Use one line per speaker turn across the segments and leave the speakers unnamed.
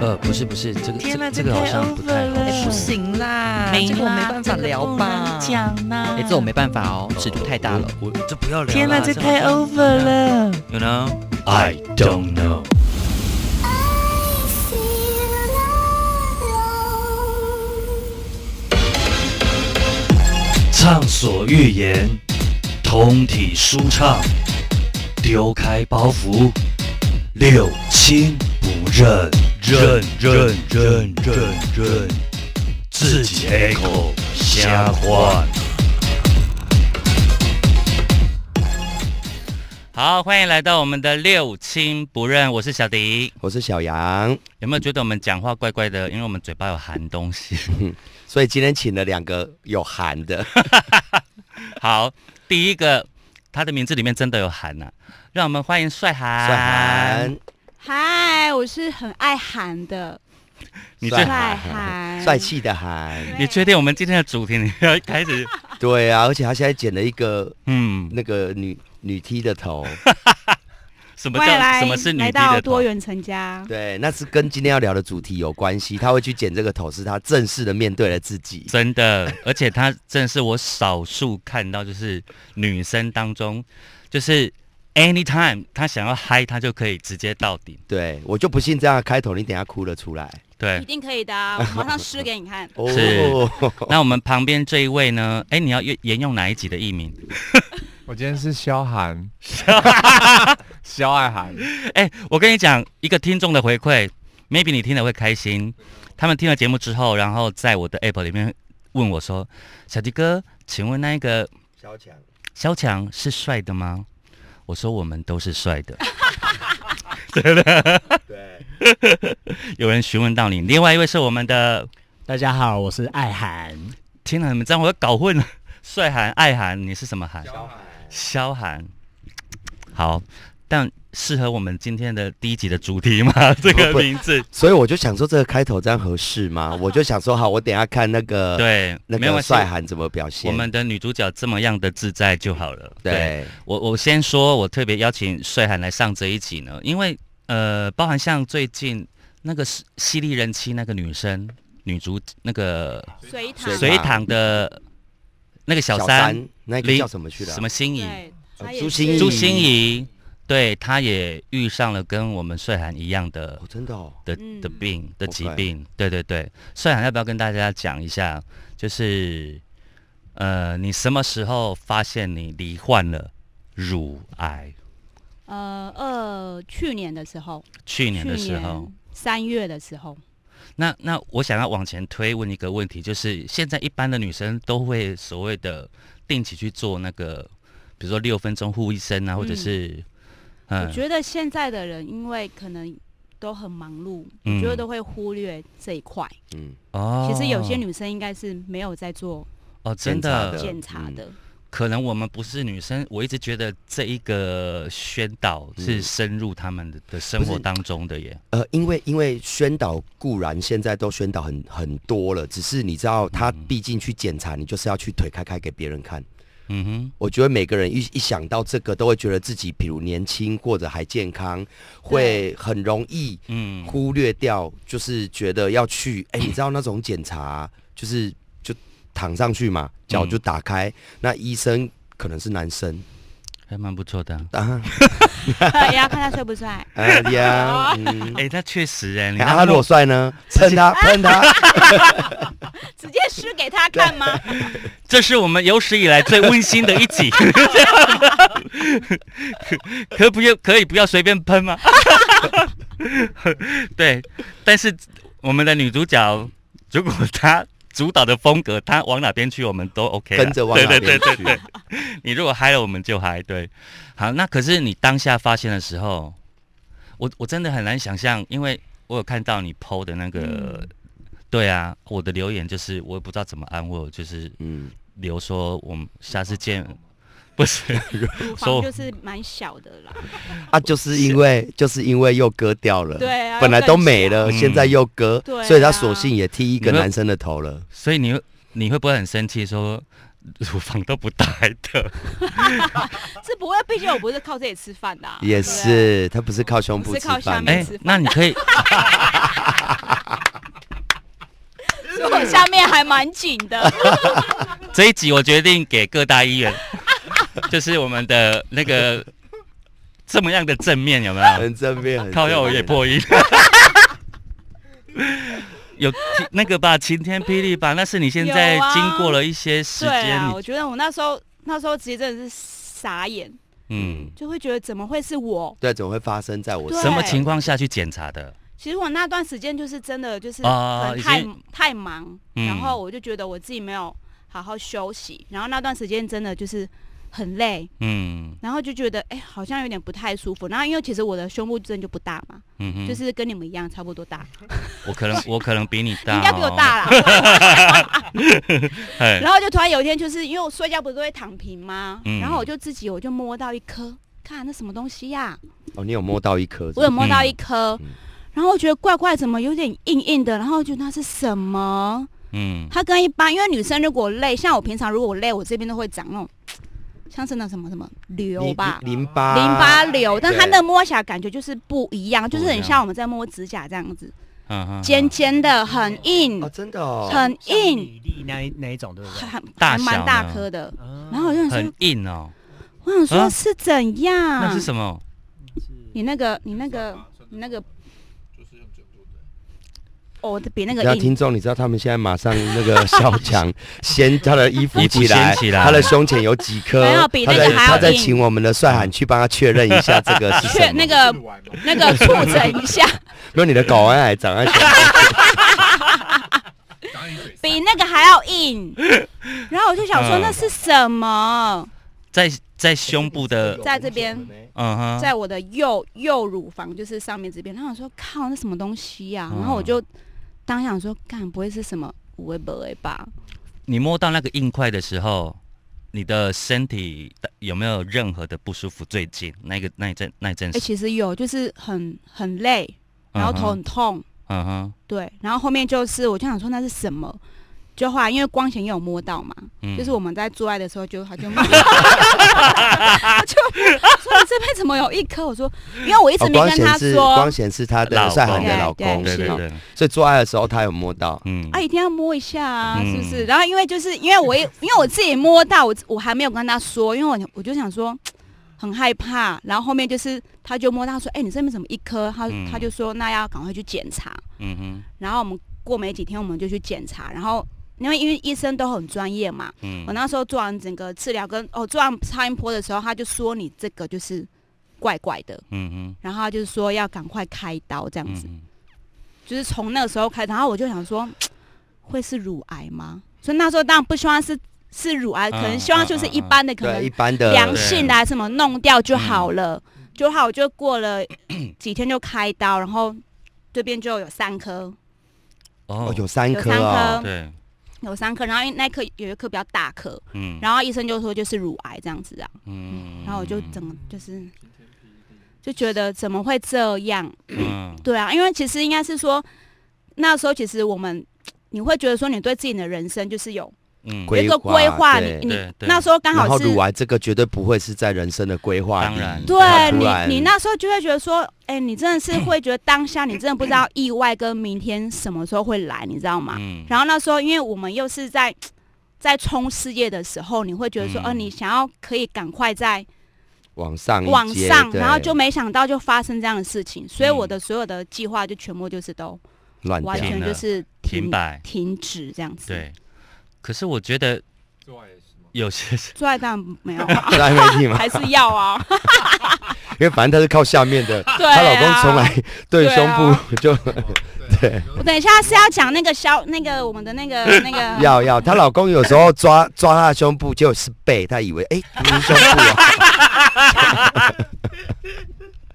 呃，不是不是，这个这
天
个
哪
这
这
个好
太
像不太
over 了
好
哎，不
说。
行啦，
嗯没
这个我没
啦
办法
这个
聊
不
吧
能。讲啦，
哎，这我没办法哦，尺度太大了。
我我这不要聊啦。
天哪，这
好
太
像
over 了。
You know, I don't know.
alone.
畅所欲言，通体舒畅，丢开包袱，六亲不认，认认认认认，自己 A 口瞎换。
好，欢迎来到我们的六亲不认，我是小迪。
我是小杨，
有没有觉得我们讲话怪怪的？因为我们嘴巴有含东 西。
所以今天请了两个有含的，
好，第一个，他的名字里面真的有含呐、让我们欢迎帅涵。
帅涵、
嗨，我是很爱喊的
你
帅
最
帅
涵、
涵
帅气的涵，
你确定我们今天的主题你要开始？
对啊，而且他现在剪了一个
嗯，
那个女女 T 的 头，
什么
欢迎
叫
来
什么是女
来
帝
到
的
多
头？
元成家。
对，那是跟今天要聊的主题有关系。他会去剪这个头，是他正式的面对了自己。
真的，而且她真的是我少数看到，就是女生当中，就是 anytime 她想要嗨，她就可以直接到底。
对我就不信这样的开头，你等一下哭了出来。。
对
一，定可以 的啊，我马上试给你看
哦
是那我们旁边这一位呢？哎，你要沿沿用哪一集的艺名？
我今天是萧寒，萧爱涵，
哎，我跟你讲一个听众的回馈，maybe 你听了会开心。他们听了节目之后，然后在我的 app 里面问我说：“小迪哥，请问那个
萧强，
萧强是帅的吗？”我说：“我们都是帅的。
对，”
有人询问到你，另外一位是我们的，
大家好，我是爱涵。
天哪，你们这样我要搞混了。帅韩、爱韩，你是什么韩？萧寒，好，但适合我们今天的第一集的主题 吗？这个名字，
所以我就想说这个开头这样合 适吗？我就想说好，我等一下看那个
对，
那
没有
个
关系
帅涵怎么表现。
我们的女主角这么样的自在就好了。
对
我，我先说，我特别邀请帅涵来上这一集呢，因为呃，包含像最近那个是犀利人妻那个女生，女主那个
随堂
水
隋唐的那个小
小
三，
那个
林
叫什么去了？
什么心仪，
对，他
呃
也
朱
是
心怡
朱心怡，对，她也遇上了跟我们帅涵一样的
哦，真的哦，
的
嗯
的病的疾
OK
病，对对对。帅涵要不要跟大家讲一下？就是呃，你什么时候发现你罹患了乳癌？
呃呃，去年的时候，
去
去
年的时候，
三月的时候，
那那我想要往前推问一个问题，就是现在一般的女生都会所谓的定期去做那个，比如说六分钟护医生啊，或者
嗯
是
我
嗯，
觉得现在的人因为可能都很忙碌，
嗯
我觉得都会忽略这一块。
嗯，
哦
其实有些女生应该是没有在做
哦，真
检查
的
的呃
检查的，
可能我们不是女生，我一直觉得这一个宣导
嗯
是深入他们的的生活当中的耶。
呃，因为因为宣导固然现在都宣导很很多了，只是你知道他毕竟去检查，你就是要去腿开开给别人看。
嗯哼，
我觉得每个人一一想到这个，都会觉得自己比如年轻或者还健康，会很容易
嗯，
忽略掉，就是觉得要去，哎、你知道那种检查啊，就是就躺上去嘛，脚
嗯
就打开，那医生可能是男生
还蛮不错的啊。嗯
啊，
也要看他帅不帅。
哎 呀，
啊
嗯，
哎、那确实哎，你
哎
看
啊，如果帅呢，喷 他喷他。
直接施给他看吗？
这是我们有史以来最温馨的一集。 可可不要，可以不要随便喷吗？ 对，但是我们的女主角，如果她主导的风格，她往哪边去，我们都 OK 啦。
跟着往哪边去？
你如果嗨了，我们就嗨。对，好，那可是你当下发现的时候，我我真的很难想象，因为我有看到你 PO 的那个，
嗯
对啊，我的留言就是我也不知道怎么安慰，我就是
嗯，
留说我们下次见，不是
乳
说
房就是蛮小的啦。
啊，就是因为就是因为又割掉了，
对啊
本来都没了，
更小
现在又割，
对啊啊
所以他索性也剃一个男生的头了。
所以你会你会不会很生气说？乳房都不大 的，
是不会，毕竟我不是靠这里吃饭的、啊，
也
对不对。啊
是，他不是靠胸部
哎
吃
不是靠下
饭
面
的，
哎、那你可以，
下面还蛮紧 的，
这一集我决定给各大医 院，就是我们的那个这么样的正面有没有？
哎很正面，很
靠
正
要我也
面
破音。 有那个吧，晴天霹雳吧，那是你现在
有啊
经过了一些时
对
间，
啊，
你
我觉得我那时候那时候直接真的是傻眼，
嗯，
就会觉得怎么会是我？
对，怎么会发生在我
对啊
身
什么情况下去检查的？
其实我那段时间就是真的就是
啊
可能
已
太、
经
太忙，
嗯
然后我就觉得我自己没有好好休息，然后那段时间真的就是很累，
嗯
然后就觉得哎、好像有点不太舒服。然后因为其实我的胸部真的就不大嘛，
嗯哼，
就是跟你们一样差不多大，
我可能我可能比你
你
大、哦，
应该比我大啦。
嘿，
然后就突然有一天，就是因为我睡觉不是都会躺平吗？
嗯
然后我就自己我就摸到一颗，看那什么东西呀、
哦，你有摸到一颗？
我有摸到一颗。
嗯
然后我觉得怪怪，怎么有点硬硬的？然后我觉得那是什么？
嗯
它跟一般，因为女生如果累，像我平常如果累，我这边都会长那种，像是那什么什么瘤
淋
吧，
淋巴
淋巴瘤。但它
对
那摸起来感觉就是不一样，就是
不一
很
样
像我们在摸指甲这样子，
嗯哼，
尖尖的，很硬
哦，，真的哦，
很
嗯
硬，
米粒那一那一种，对不对？
还
大
还蛮
小
大
呢
颗的。
然
然后我就想
很
说，
硬哦，
我想
啊
说是怎
那
样
是？什么？
你那个，你那个，你那个，哦，比那个
那
硬。
听众，你知道他们现在马上那个小强 掀他的衣服
衣服
起来，
掀起来
他的胸前有几颗？
没有比那
他
个
在
还要
他在
硬
请我们的帅喊去帮他确认一下这个是什
确
么？
那个那个促 成一下，
没有你的睾丸癌长在胸前
比那个还要 硬。然后我就想说
嗯
那是什么，
在在胸部的，
在这边，
嗯哼，
在我的右右乳房就是上面这边。然后我说靠，那什么东西呀、
嗯
然后我就当想说，干不会是什么五味不味吧？
你摸到那个硬块的时候，你的身体的有没有任何的不舒服？最近那个那一阵那一阵
哎、
时，
其实有，就是很很累，然后
嗯哼
头很痛，
嗯哼，
对。然后后面就是我就想说那是什么，就后来因为光贤也有摸到嘛，
嗯
就是我们在做爱的时候就他 就骂我，他就说你这边怎么有一颗？我说因为我一直
哦，
没
光
跟他
贤是
说
光，贤是他
老
的
公
帅喊的老公，
对对
是吗
对，
所以做爱的时候他有摸到，
嗯
啊，一定要摸一下啊，
嗯
是不是？然后因为就是因为我也因为我自己摸到，我我还没有跟他说，因为我我就想说。很害怕，然后后面就是他就摸到说：“哎、你这边怎么一颗？”他、
嗯
他就说：“那要赶快去检查。
嗯哼”
然后我们过没几天我们就去检查，然后因为因为医生都很专业嘛，
嗯
我那时候做完整个治疗跟哦做完超音波的时候，他就说你这个就是怪怪的，
嗯哼
然后他就是说要赶快开刀这样
嗯
子，
哼，
就是从那个时候开始，然后我就想说会是乳癌吗？所以那时候当然不希望是是乳
啊
癌，
嗯
可能希望就是一般的可
对一
能
般的嗯
良性的啊什么弄掉就好了，就好就过了几天就开刀，然后这边就有三颗，
哦
哦，
有三
有
颗
三
哦，
颗
对，
有三颗，然后因为那颗有一颗比较大颗，
嗯
然后医生就说就是乳癌这样子啊。
嗯
然后我就整个就是就觉得怎么会这样？
嗯
对啊，因为其实应该是说那时候其实我们你会觉得说你对自己的人生就是有
嗯
规
有一个规划，
对
你你
对对
那时候刚
然
好
后
是
乳癌这个绝对不会是在人生的规划里，
当然
然后突
对
然
你你那时候就会觉得说，哎、你真的是会觉得当下你真的不 知道意外跟明天什么时候会来，你知道吗？
嗯
然后那时候，因为我们又是在在冲事业的时候，你会觉得说，
嗯
呃，你想要可以赶快在
往上一阶
往上，
对
然后就没想到就发生这样的事情，所以我的所有的计划就全部就是都
乱掉
完。全就是停
停摆
停止这样子。，
对，可是我觉得有些是
做爱当然没有啊，
大家 没听吗？
还是要啊，
因为反正她是靠下面的，
对啊。
她老公从来对
对啊
胸部 就
我等一下是要讲那个消那个我们的那个那个
要要，她老公有时候抓抓她的胸部，结果是背，她以为哎，不是胸部啊，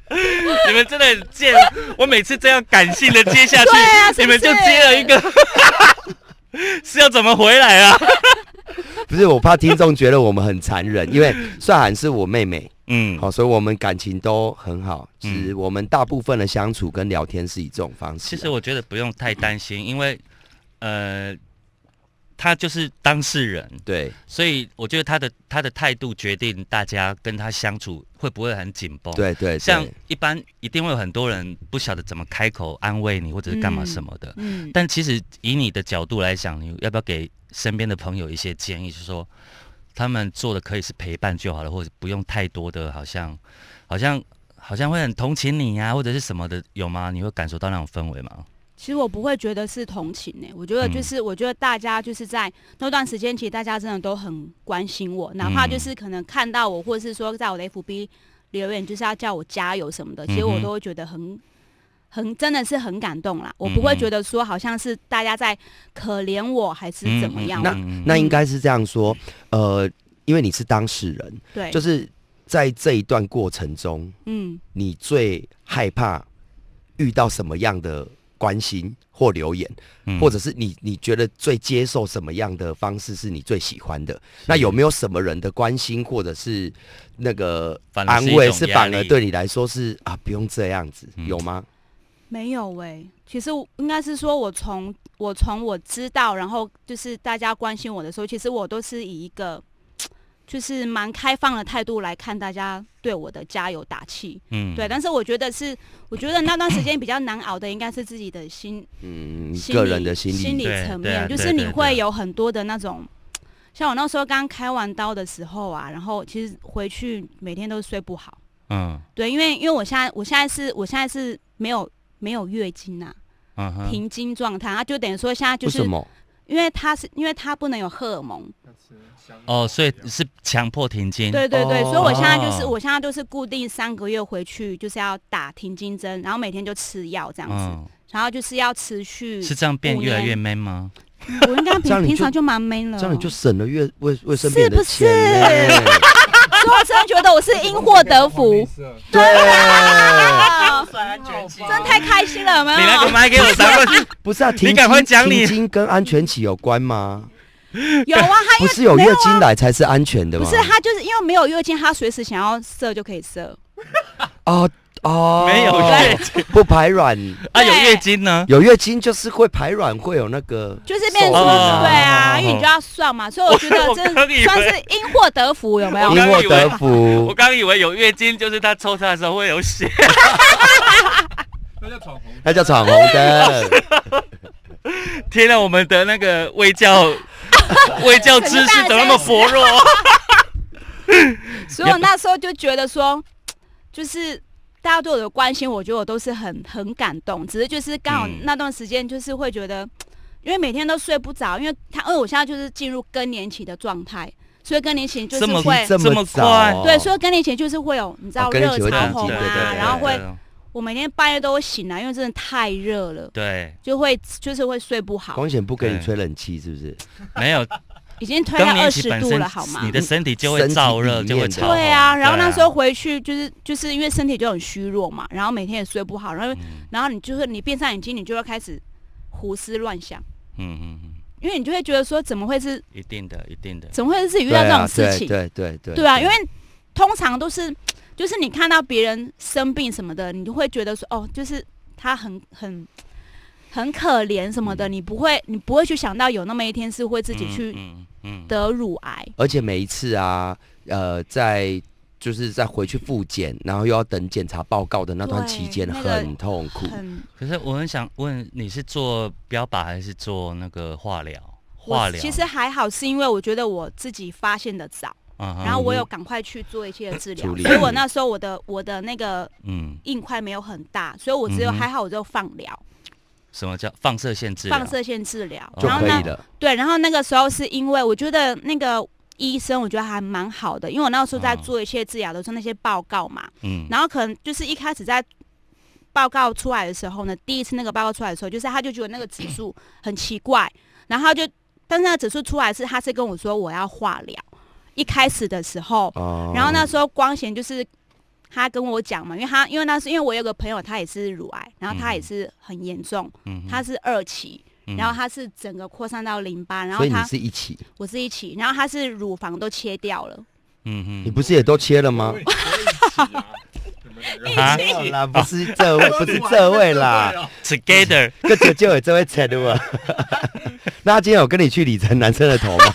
你们真的很贱，我每次这样感性的接下去，
对啊是不是
你们就接了一个， 是要怎么回来啊？
不是我怕听众觉得我们很残忍，因为帅涵是我妹妹，
嗯
好，所以我们感情都很好，是我们大部分的相处跟聊天是以这种方式啊。
其实我觉得不用太担心，因为呃，他就是当事人，
对，
所以我觉得他的他的态度决定大家跟他相处会不会很紧绷。，
对对，
像
对
一般一定会有很多人不晓得怎么开口安慰你或者是干嘛
嗯
什么的，
嗯，
但其实以你的角度来讲，你要不要给身边的朋友一些建议，就是说他们做的可以是陪伴就好了，或者不用太多的，好像好像好像会很同情你啊呀、或者是什么的，有吗？你会感受到那种氛围吗？
其实我不会觉得是同情呢、我觉得
嗯
就是、我觉得大家就是在那段时间，其实大家真的都很关心我，哪
嗯
怕就是可能看到我，或者是说在我的 FB 留言，就是要叫我加油什么的，其实
嗯
我
哼
都会觉得很。很真的是很感动啦，我不会
嗯
觉得说好像是大家在可怜我还是怎
嗯
么样，
那那应该是这样说，呃，因为你是当事人，
嗯
对，
就是在这一段过程中，
嗯
你最害怕遇到什么样的关心或留言，
嗯
或者是你你觉得最接受什么样的方式是你最喜欢的？那有没有什么人的关心或者是那个
反而
安
是一种
慰是反
压
而
力
对你来说是啊不用这样子，
嗯
有吗？
没有喂、其实我应该是说我从我从我知道，然后就是大家关心我的时候，其实我都是以一个就是蛮开放的态度来看大家对我的加油打气，
嗯
对。但是我觉得是，我觉得那段时间比较难熬的应该是自己的心
嗯，
心
个
理
人的心
心理
理，
对
层
对啊
面，就
对
是你
对
会
对
有很多的那种。像我那时候刚开完刀的时候啊，然后其实回去每天都睡不好，
嗯
对，因为因为我现在我现在是我现在是没有没有月经啊，
嗯哼，
停经状态，它就等于说现在就
为
是嗯
什，么？
因为它是因为它不能有荷尔蒙，
哦，所以是强迫停经。
对对对，
哦
所以我现在就是我现在就是固定三个月回去就是要打停经针，然后每天就吃药这样子，
嗯，
然后就是要持续，
是这样变
五
越来
年
越 man 吗？
我应该
这样
平
你就
平常就蛮 man 了，
这样你就省了月卫卫生
是
棉的
不
钱嘞、
所以我真的觉得我是因祸得福，
对，
啊真太开心了，有没
你那个
有？
麦给我拿 过去。
不是啊，停
赶快
经
讲你
停经跟安全期有关吗？
有啊，它因
不
为
是有
没
月
啊
经来才是安全的
不
吗？
是它就是因为没有月经，它随时想要射就可以射，
哦哦，
没有月
经，不排卵，
啊，有月经呢？
有月经就是会排卵，会有那个
就是变成
受
说
孕啊
对啊，
哦
因为你就要算嘛，所以我觉得
我刚以为
这算是因祸得福，有没有
我？
因
刚
祸
以为
得福
我。刚以为有月经就是他抽插的时候会有血。
那叫闯红
那叫闯红灯，
天呐，我们的那个卫 教卫教知识怎么那么薄弱？
所以我那时候就觉得说，就是大家对我的关心，我觉得我都是很很感动。只是就是刚好
嗯
那段时间，就是会觉得，因为每天都睡不着，因为他因为我现在就是进入更年期的状态，所以更年期就是
这么
会。
这么
早
快
对，所以更年期就是会有，你知道
哦更年
热
期会
潮
长
红
期对对
啊，
对
然后会，
对
我每天半夜都会醒来，因为真的太热了，
对，
就会就是会睡不好。
光显不给你吹冷气是不是？
没 有
已经推到
更
二
年期
十
本
度
身
了，好吗嗯
你？的身体就会燥热，就会潮红。
对啊，然后那时候
对啊
回去就是就是因为身体就很虚弱嘛，然后每天也睡不好，然后、
嗯
然后你就是你闭上眼睛，你就会开始胡思乱想，
嗯嗯嗯，
因为你就会觉得说怎么会是
一定的，一定的。
怎么会是自己遇
对
到这种
啊，
事
对
情？
对对对，
对啊，因为通常都是就是你看到别人生病什么的，你就会觉得说哦，就是他很很。很可怜什么的，你不会，你不会去想到有那么一天是会自己去
嗯嗯
得乳癌，
而且每一次啊，呃，在就是在回去复检，然后又要等检查报告的那段期间，
对那个
很痛苦。
很
可是我很想问，你是做标靶还是做那个化疗？
我
化疗
其实还好，是因为我觉得我自己发现的早，
嗯哼
然后我有赶快去做一些的治疗
处，理
所以我那时候我的我的那个
嗯，
硬块没有很大，所以我只有
嗯哼
还好，我只有放疗、
什么叫放射啊线治疗？
放射线治疗，
就
就
然后
可
呢
以，了，
对，然后那个时候是因为我觉得那个。医生我觉得还蛮好的，因为我那时候在
嗯
做一些治疗的时候，那些报告嘛，
嗯，
然后可能就是一开始在报告出来的时候呢，第一次那个报告出来的时候，就是他就觉得那个指数很奇怪，然后他就，但是那个指数出来是他是跟我说我要化疗，一开始的时候，
哦
然后那时候光贤就是他跟我讲嘛，因为他因为那是因为我有个朋友他也是乳癌，然
嗯
后他也是很严重，
嗯
他是二期。
嗯
然后他是整个扩散到淋巴，然后
所以你
他
是一起，
我是一起，然后他是乳房都切掉了，
嗯
你
嗯，
不是也都切了吗？
啊
没有啦，不是这位，不是这位
哦
啦，
，together，
跟九九也这位陈 啊。那他今天有跟你去理成男生的 头吗？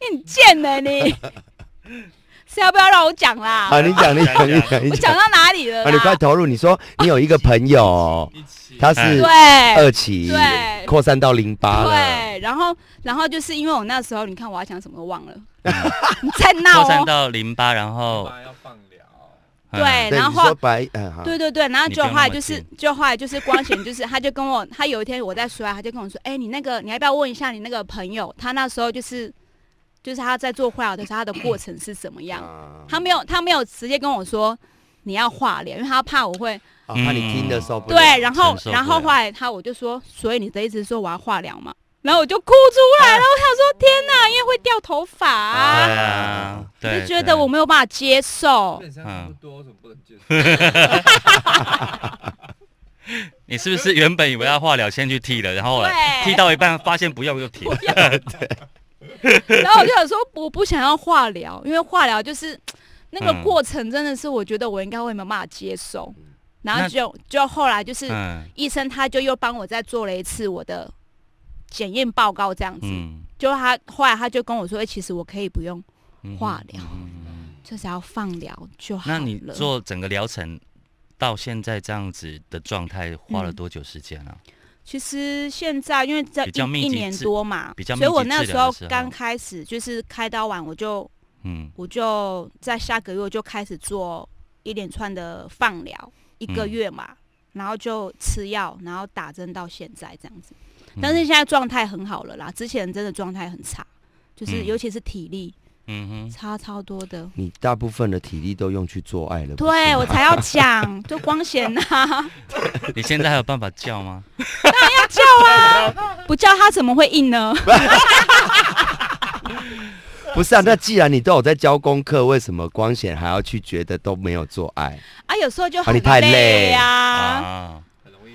你很贱呢、你 是要不要让我讲啦？
好，你讲，你讲，你啊讲，你
我讲
讲。
到哪里了
啊，
啦？
你快投入！你说你有一个朋友，他是
对
二期
对，
扩散到零八了。
对，然后然后就是因为我那时候，你看我要讲什么都 忘了，你在 闹
扩散
哦。
到淋巴，然后
要放疗，
嗯
对，
对，
然
你
后
说白，嗯，好，
对对对，然后
啊你
就
不用
后来
那么
就是
近
就后来就是光贤，就是他就跟我，他有一天我在摔，他就跟我说，哎、你那个你要不要问一下你那个朋友，他那时候就是就是他在做化疗的时候，他的过程是怎么样？
啊
他没有他没有直接跟我说你要化疗，因为他怕我会
啊怕你听的受不了。
嗯对，然后
哦承受不
然后
了
后来他我就说，所以你的意思是说我要化疗嘛？然后我就哭出 来，然后我想说天哪，因为会掉头发、
对
啊，
啊，
我
对，
就觉得我
对
没有办法接受。
本上
差不
多，怎么不能接受？
你是不是原本以为要化疗，先去剃了，然后后来
对
剃到一半发现不用就停，
然后我就想说，我不想要化疗，因为化疗就是那个
嗯
过程真的是，我觉得我应该会没有办法接受。然后
那
就就后来就是、
嗯
医生他就又帮我再做了一次我的检验报告这样子，
嗯，
就他后来他就跟我说，哎、其实我可以不用，
嗯
化疗
嗯嗯嗯
就是要放疗就好了。
那你做整个疗程到现在这样子的状态，花了多久时间啊？
其实现在因为在
比较
一
密集
一年
治
多嘛
比较，密
所以我
集
那
治
时
疗的
候
时候
刚开始就是开刀完，我就
嗯
我就在下个月我就开始做一连串的放疗，一个
嗯
月嘛，然后就吃药，然后打针到现在这样子。
嗯
但是现在状态很好了啦，之前真的状态很差，就是
嗯
尤其是体力
嗯
差超多的。
你大部分的体力都用去做爱了。不是
对，
吗
我才要讲，就光贤呐、
哼，你现在还有办法叫吗？
不叫他怎么会硬呢？
不是啊，那既然你都有在教功课，为什么光显还要去觉得都没有做爱？
啊，有时候就
啊
很
你太累
累呀、
啊，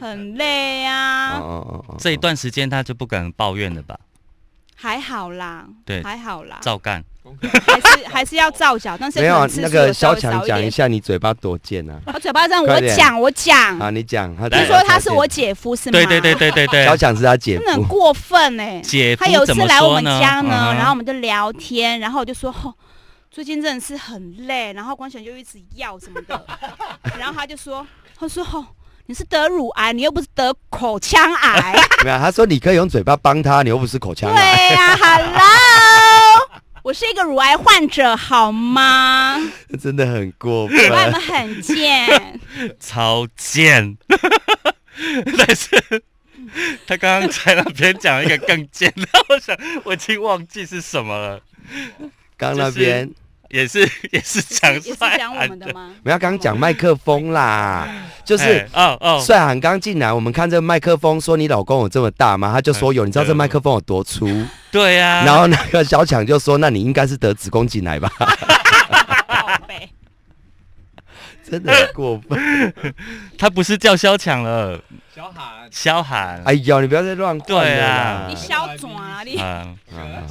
很累啊呀、
哦哦哦
这一段时间他就不敢抱怨了吧？
还好啦，
对
还好啦，
照干，
还是还是要造脚，但是
没有啊
可能次
那
数
个
稍
小
微少
强讲
一
一
点
下，你嘴巴多 贱啊！
我嘴巴上
快
我
点
讲我讲，
啊，你讲，他
来
听
嘴
说
巴
他是
超贱
我，姐夫是吗？
对对对，对对 对
小，强是他姐
真的很
夫，
过分哎、
姐夫
他有一
怎
次
么
来我
说
们家
嗯
呢，
哼
然后我们就聊天，然后我就说，哦，最近真的是很累，然后光选就一直要什么 的，然后他就说，他说，哦，你是得乳癌，你又不是得口腔癌，
没有，他说你可以用嘴巴帮他，你又不是口腔啊癌。
对呀、哈 h e l l o 我是一个乳癌患者 好吗？
真的很过分。
我们很贱。
超贱， 但是他刚刚在那边讲了一个更贱的，我想我已经忘记是什么了，
刚那边
也是 也是讲
也是
帅
讲我
韩
们的吗？
没有，刚刚讲麦克风啦，就是啊
哎哦哦，
帅涵刚进来，我们看这个麦克风，说你老公有这么大吗？他就说有，你知道这麦克风有多粗？
哎对啊呀、
然后那个小强就说，那你应该是得子宫颈癌吧？
宝贝，
真的很过 分。
他不是叫萧强了，
小喊
萧寒，
哎呦，你不要再乱灌了啦
你
对
小爪啊你。
嗯，
啊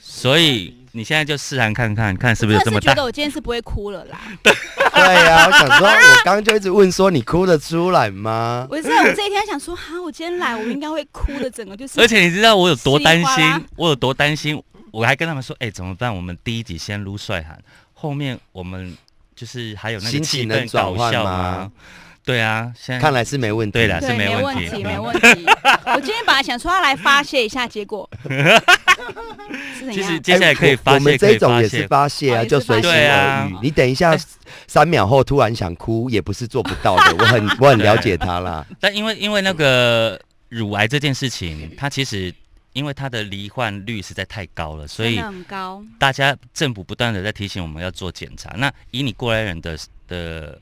所以你现在就试探看看，看是不是有这
真
么
是觉
大
得。我今天是不会哭了啦！
对呀、我想说，我刚刚就一直问说，你哭得出来吗？
我是啊我这一天想说，哈，我今天来，我应该会哭的，整个就 是。
而且你知道我有多担
稀里哗啦
心，我有多担心，我还跟他们说，哎、怎么办？我们第一集先撸帅喊，后面我们就是还有那个
心情
气
能
氛
转
搞
换
笑
吗
啊。对啊，现在
看来是没问题。哎
对啦
对，
是没
没
问
问
题
题，
的
没问题。我今天本来想说要来发泄一下，结果是怎
其实
样？
接下来可以发
哎我
泄，
们
可
这
以
种
发
也是
泄。
发泄啊，
哦
就随心
对
而
啊
欲。你等一下
哎，
三秒后突然想哭，也不是做不到的。我 很我很了解他啦。
但因为因为那个乳癌这件事情，它其实因为它的罹患率实在太高了，所
真
以
的很高，
大家政府不断的在提醒我们要做检查。那以你过来人的的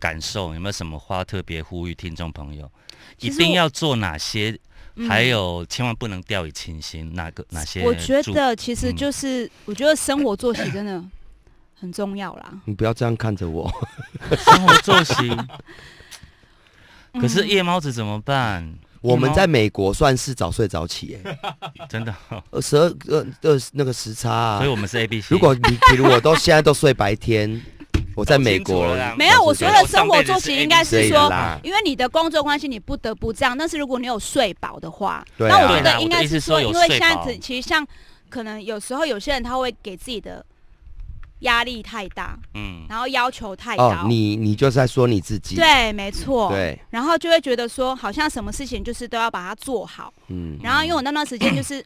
感受，有没有什么话特别呼吁听众朋友？
其
一
实
定
我
要做哪些？
嗯
还有千万不能掉以轻心，哪个哪些注？
我觉得其实
嗯
就是，我觉得生活作息真的很重要啦。
嗯
你不要这样看着我，
生活作 息。可是
嗯
夜猫子怎么办？
我们在美国算是早睡早起、欸，
真的，
二十二呃呃那个时差
所以
啊。
我们是 A B C。
如果你比如我都现在都睡白天，我在美
都清楚
国
了啦
没有，
我
我
是
说
觉
得
的生活作息应该
所
哎
是
以
说，
啦，
因为你的工作关系，你不得不这样。但是如果你有睡饱的话，
对
那
啊
我觉
对啦
得应
我的意
该是因
思是说有
为
睡
现
饱
在只其实像可能有时候有些人他会给自己的压力太大，
嗯，
然后要求太高，
哦，你你就是在说你自己，
哎对，没错，
对，
然后就会觉得说好像什么事情就是都要把它做好。
嗯，
然后因为我那段时间就是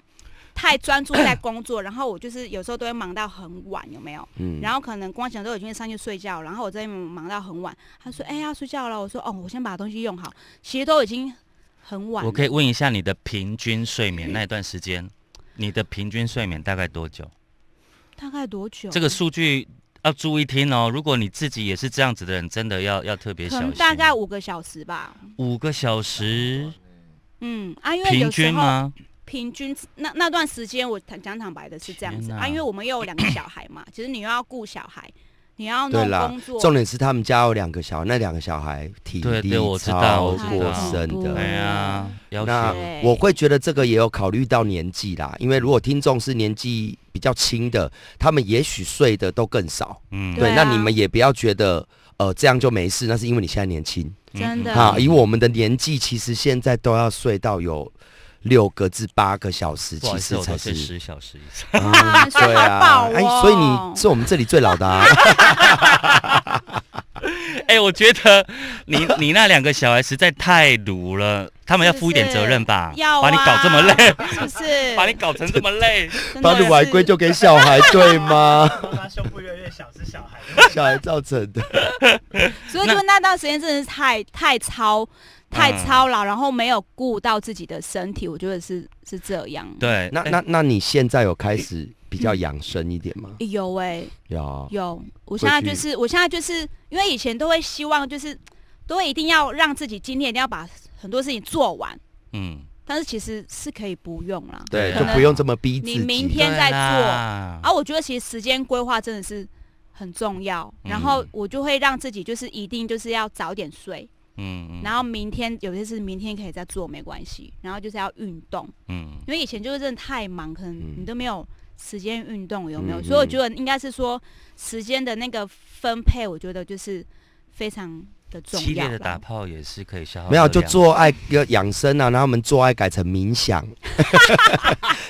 太专注在工作，然后我就是有时候都会忙到很晚，有没有？
嗯
然后可能光想都已经上去睡觉，然后我这边忙到很晚。他说：“哎、呀，要睡觉了。”我说：“哦，我先把东西用好。”其实都已经很晚了。
我可以问一下你的平均睡眠那一段时间，你的平均睡眠大概多久？
大概多久？
这个数据要注意听哦。如果你自己也是这样子的人，真的要要特别小
可
心
能。大概五个小时吧。
五个小时
嗯啊，因为
平
有时
均
候嗯
吗？
平均那那段时间，我坦讲坦白的是这样子
天哪
啊，因为我们又有两个小孩嘛，其实你又要顾小孩，你要
对
弄
啦
工作，
重点是他们家有两个小孩，那两个小孩体
对
力
对我知道哎
超
我知
过
道
深
嗯
的
哎。呀，要
那
求
对
我会觉得这个也有考虑到年纪啦，因为如果听众是年纪比较轻的，他们也许睡的都更少。
嗯
对啊
那你们也不要觉得呃这样就没事，那是因为你现在年轻
嗯
真的
啊。以我们的年纪，其实现在都要睡到有六个至八个小时，
不
其
好意思，
实
我
才
都睡
是
十小时以上。
啊，你
对
睡好
啊
饱哦。。
哎，所以你是我们这里最老的啊。
哎、我觉得你 你那两个小孩实在太鲁了，他们要负一点责任吧，
要
把
啊
你搞这么累，
是不 是？
把你搞成这么 累，
真的
把你晚
是
归就给小孩，对吗？
妈妈胸部越来越小是小孩的
小孩造成的。
所以就那段时间真的是太太操太操劳，然后没有顾到自己的身体，我觉得是是这样。
对，
那
哎
那那你现在有开始比较养生一点吗？
有哎、
有。
有，我
会
现在就
哦去
是我现在就是因为以前都会希望就是都会一定要让自己今天一定要把很多事情做完，
嗯，
但是其实是可以不用啦。
对，
可
就
能
不用这么逼自己。
你明天再
对
做
啦
啊，我觉得其实时间规划真的是很重要，然后
嗯
我就会让自己就是一定就是要早点睡。
嗯
然后明天有些事明天可以再做，没关系。然后就是要运动，
嗯
因为以前就是真的太忙，可
嗯
能你都没有时间运动，有没有？
嗯
所以我
嗯
觉得应该是说时间的那个分配，我觉得就是非常的重
激
要
烈的
啦
打炮也是可以消耗热量，
没有，就做爱要养生啊，然后我们做爱改成冥想，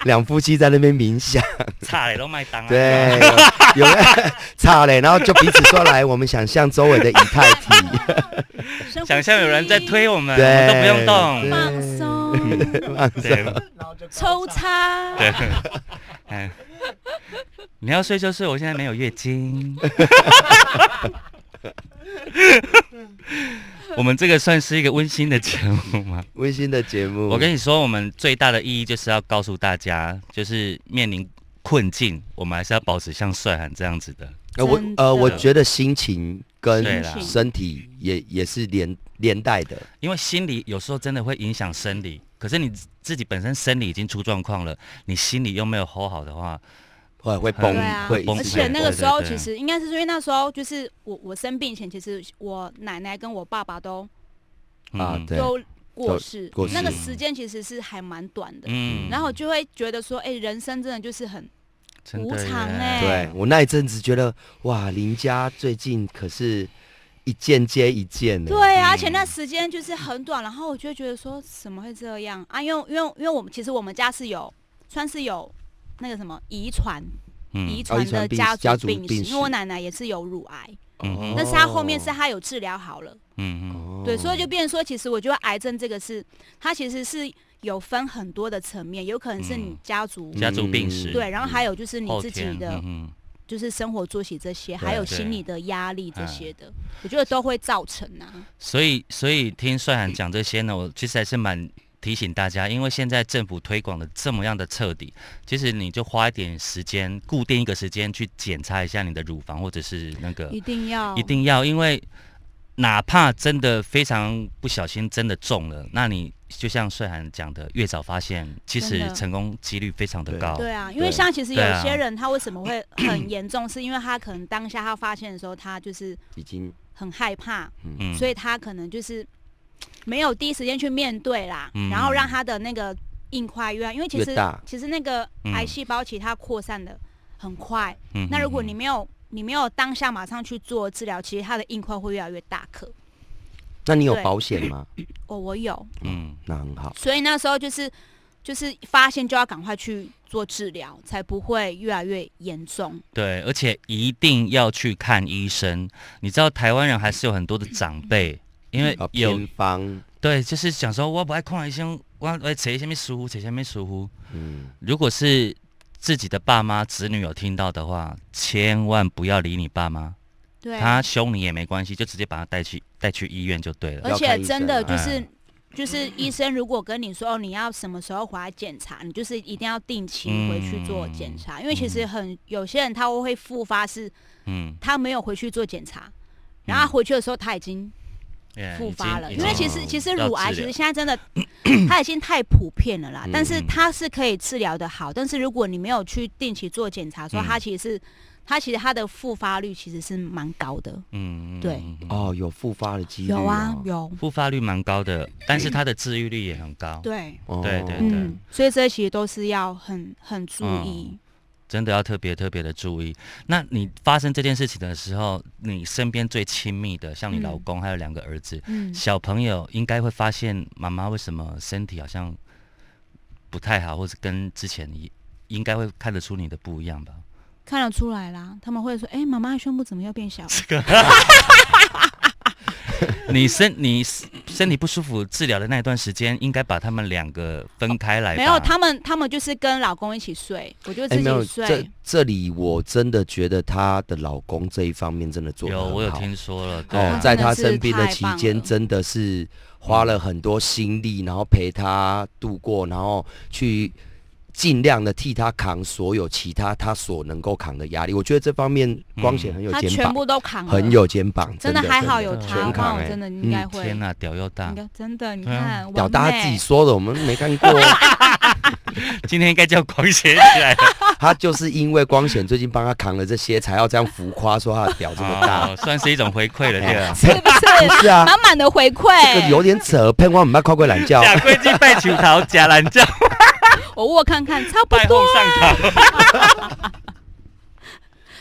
两夫妻在那边冥想，
差了都麦当啊，
对，有有差嘞，然后就彼此说来，我们想象周围的以太体，
深呼
想象有人在推我们，我
对
们都不用
吸，
动，
放松，
对，
抽插，
对， 哎，你要睡就睡，我现在没有月经。 我们这个算是一个温馨的节目吗？
温馨的节目。
我跟你说，我们最大的意义就是要告诉大家，就是面临困境，我们还是要保持像帅涵这样子的。
呃我
真的
呃，我觉得心情
对
跟
啦
身体也也是连连带的，
因为心理有时候真的会影响生理，可是你自己本身生理已经出状况了，嗯你心理又没有 hold 好的话，
会会崩
对啊，
会一
崩
而
直
且
溃
那个时候
对对
其
对
实应该是因为那时候就是我我生病前，其实我奶奶跟我爸爸都
嗯、
啊，对，
都过世，
过世
那个时间其实是还蛮短的。
嗯
然后就会觉得说，哎、人生真的就是很
真的
无常
耶
欸
对我那一阵子觉得，哇，林家最近可是一件接一件呢。
对啊，
嗯
而且那时间就是很短，然后我就觉得说，怎么会这样啊？因为因为因为我们其实我们家是有算是有那个什么遗传遗
嗯
哦遗
传
传
的
病
家
史家
族
族
病史，
病
因为我
史
奶奶也是有乳癌，
嗯
但是她后面是她有治疗好了，
嗯
哦
对，所以就变成说，其实我觉得癌症这个是它其实是有分很多的层面，有可能是你
嗯
家族。
嗯，家族病史，
对，然后还有就是你
后
自己
天
的
嗯嗯
就是生活作息这些，
对
还有
对
心理的压力这些的，我觉得都会造成啊。
所以，所以听帅涵讲这些呢，我其实还是蛮提醒大家，因为现在政府推广的这么样的彻底，其实你就花一点时间，固定一个时间去检查一下你的乳房或者是那个，
一定要，
一定要，因为哪怕真的非常不小心真的中了，那你就像帅涵讲的，越早发现，其
真
实
的
成功几率非常的
对
高。
对啊，因为
对
像其
对
实有
啊
些人他为什么会 很严重，是因为他可能当下他发现的时候，他就是
已经
很害怕，
嗯
所以他可能就是没有第一时间去面对啦，
嗯
然后让他的那个硬块越来，因为其
越
实
大
其实那个
嗯
癌细胞其实它扩散的很快，
嗯
那如果你
嗯
没有你没有当下马上去做治疗，其实它的硬块会越来越大颗。
那你有
对
保险吗？
哦，我有，
嗯，
那很好。
所以那时候就是就是发现就要赶快去做治疗，才不会越来越严重。
对，而且一定要去看医生。你知道台湾人还是有很多的长辈，
嗯
因为
啊，
呃有
偏方，
对，就是想说我不爱看医生，我爱扯下面疏忽，扯下面疏忽。
嗯，
如果是自己的爸妈、子女有听到的话，千万不要理你爸妈，
对，啊
他凶你也没关系，就直接把他带去带去医院就对了。
而
要
且
看医
真的
生
啊
就是。就是医生如果跟你说哦，你要什么时候回来检查，你就是一定要定期回
嗯
去做检查，因为其实很有些人他会复发，是
嗯，
他没有回去做检查，然后他回去的时候他已经
哎
复
已
发
经
了，
已
因为
经哦
其实其实
要
乳癌
治
其实
疗
现在 真的它已经太普遍了啦，但是
嗯
它是可以治疗的好，但是如果你没有去定期做检查的时候，
嗯
它其实是它其实它的复发率其实是蛮高的，
嗯，嗯
对
嗯嗯
哦，有复发的几率、
有啊，有，
复发率蛮高的，但是它的治愈率也很高，
对，
哦
对对对
嗯，所以这些其实都是要很很注
嗯
意，
真的要特别特别的注意。那你发生这件事情的时候，你身边最亲密的，像你
嗯
老公还有两个儿子，
嗯，
小朋友应该会发现妈妈为什么身体好像不太好，或是跟之前一应该会看得出你的不一样吧？
看得出来啦，他们会说，哎，妈妈的胸部怎么又变小了？
你身你身体不舒服治疗的那段时间，应该把他们两个分开来吧。
没有，他们他们就是跟老公一起睡，我就
哎、
自
没有，
己
这
睡，
这里我真的觉得她的老公这一方面真的做得
有
很
我有
好
听说了，对
哦
啊，
在
真的
她
是
生病的
太
期
棒
间，
了
真的是花了很多心力，然后陪她度过，然后去尽量的替她扛所有其他她所能够扛的压力。我觉得这方面
嗯
光显很有
他
肩
全
膀，
部都扛了，
很有肩膀，
真
的
的还好有
真的
他，
全
不然
扛
我
欸
真的应该会。
天哪、屌又大
应，该真的，你
对啊
看，
屌
王
大家自己
妹，
说的，我们没看过。哦
今天应该叫狂写起来了。
她就是因为光显最近帮她扛了这些，才要这样浮夸说她的屌这么大。啊
哦，算是一种回馈了，对吧？
是不是
不 是啊，
满满的回
这个
馈？
有点扯，骗我们要快快懒觉。
假规矩拜求桃，假懒 觉
我握看看，差不
拜后
多，啊
上堂。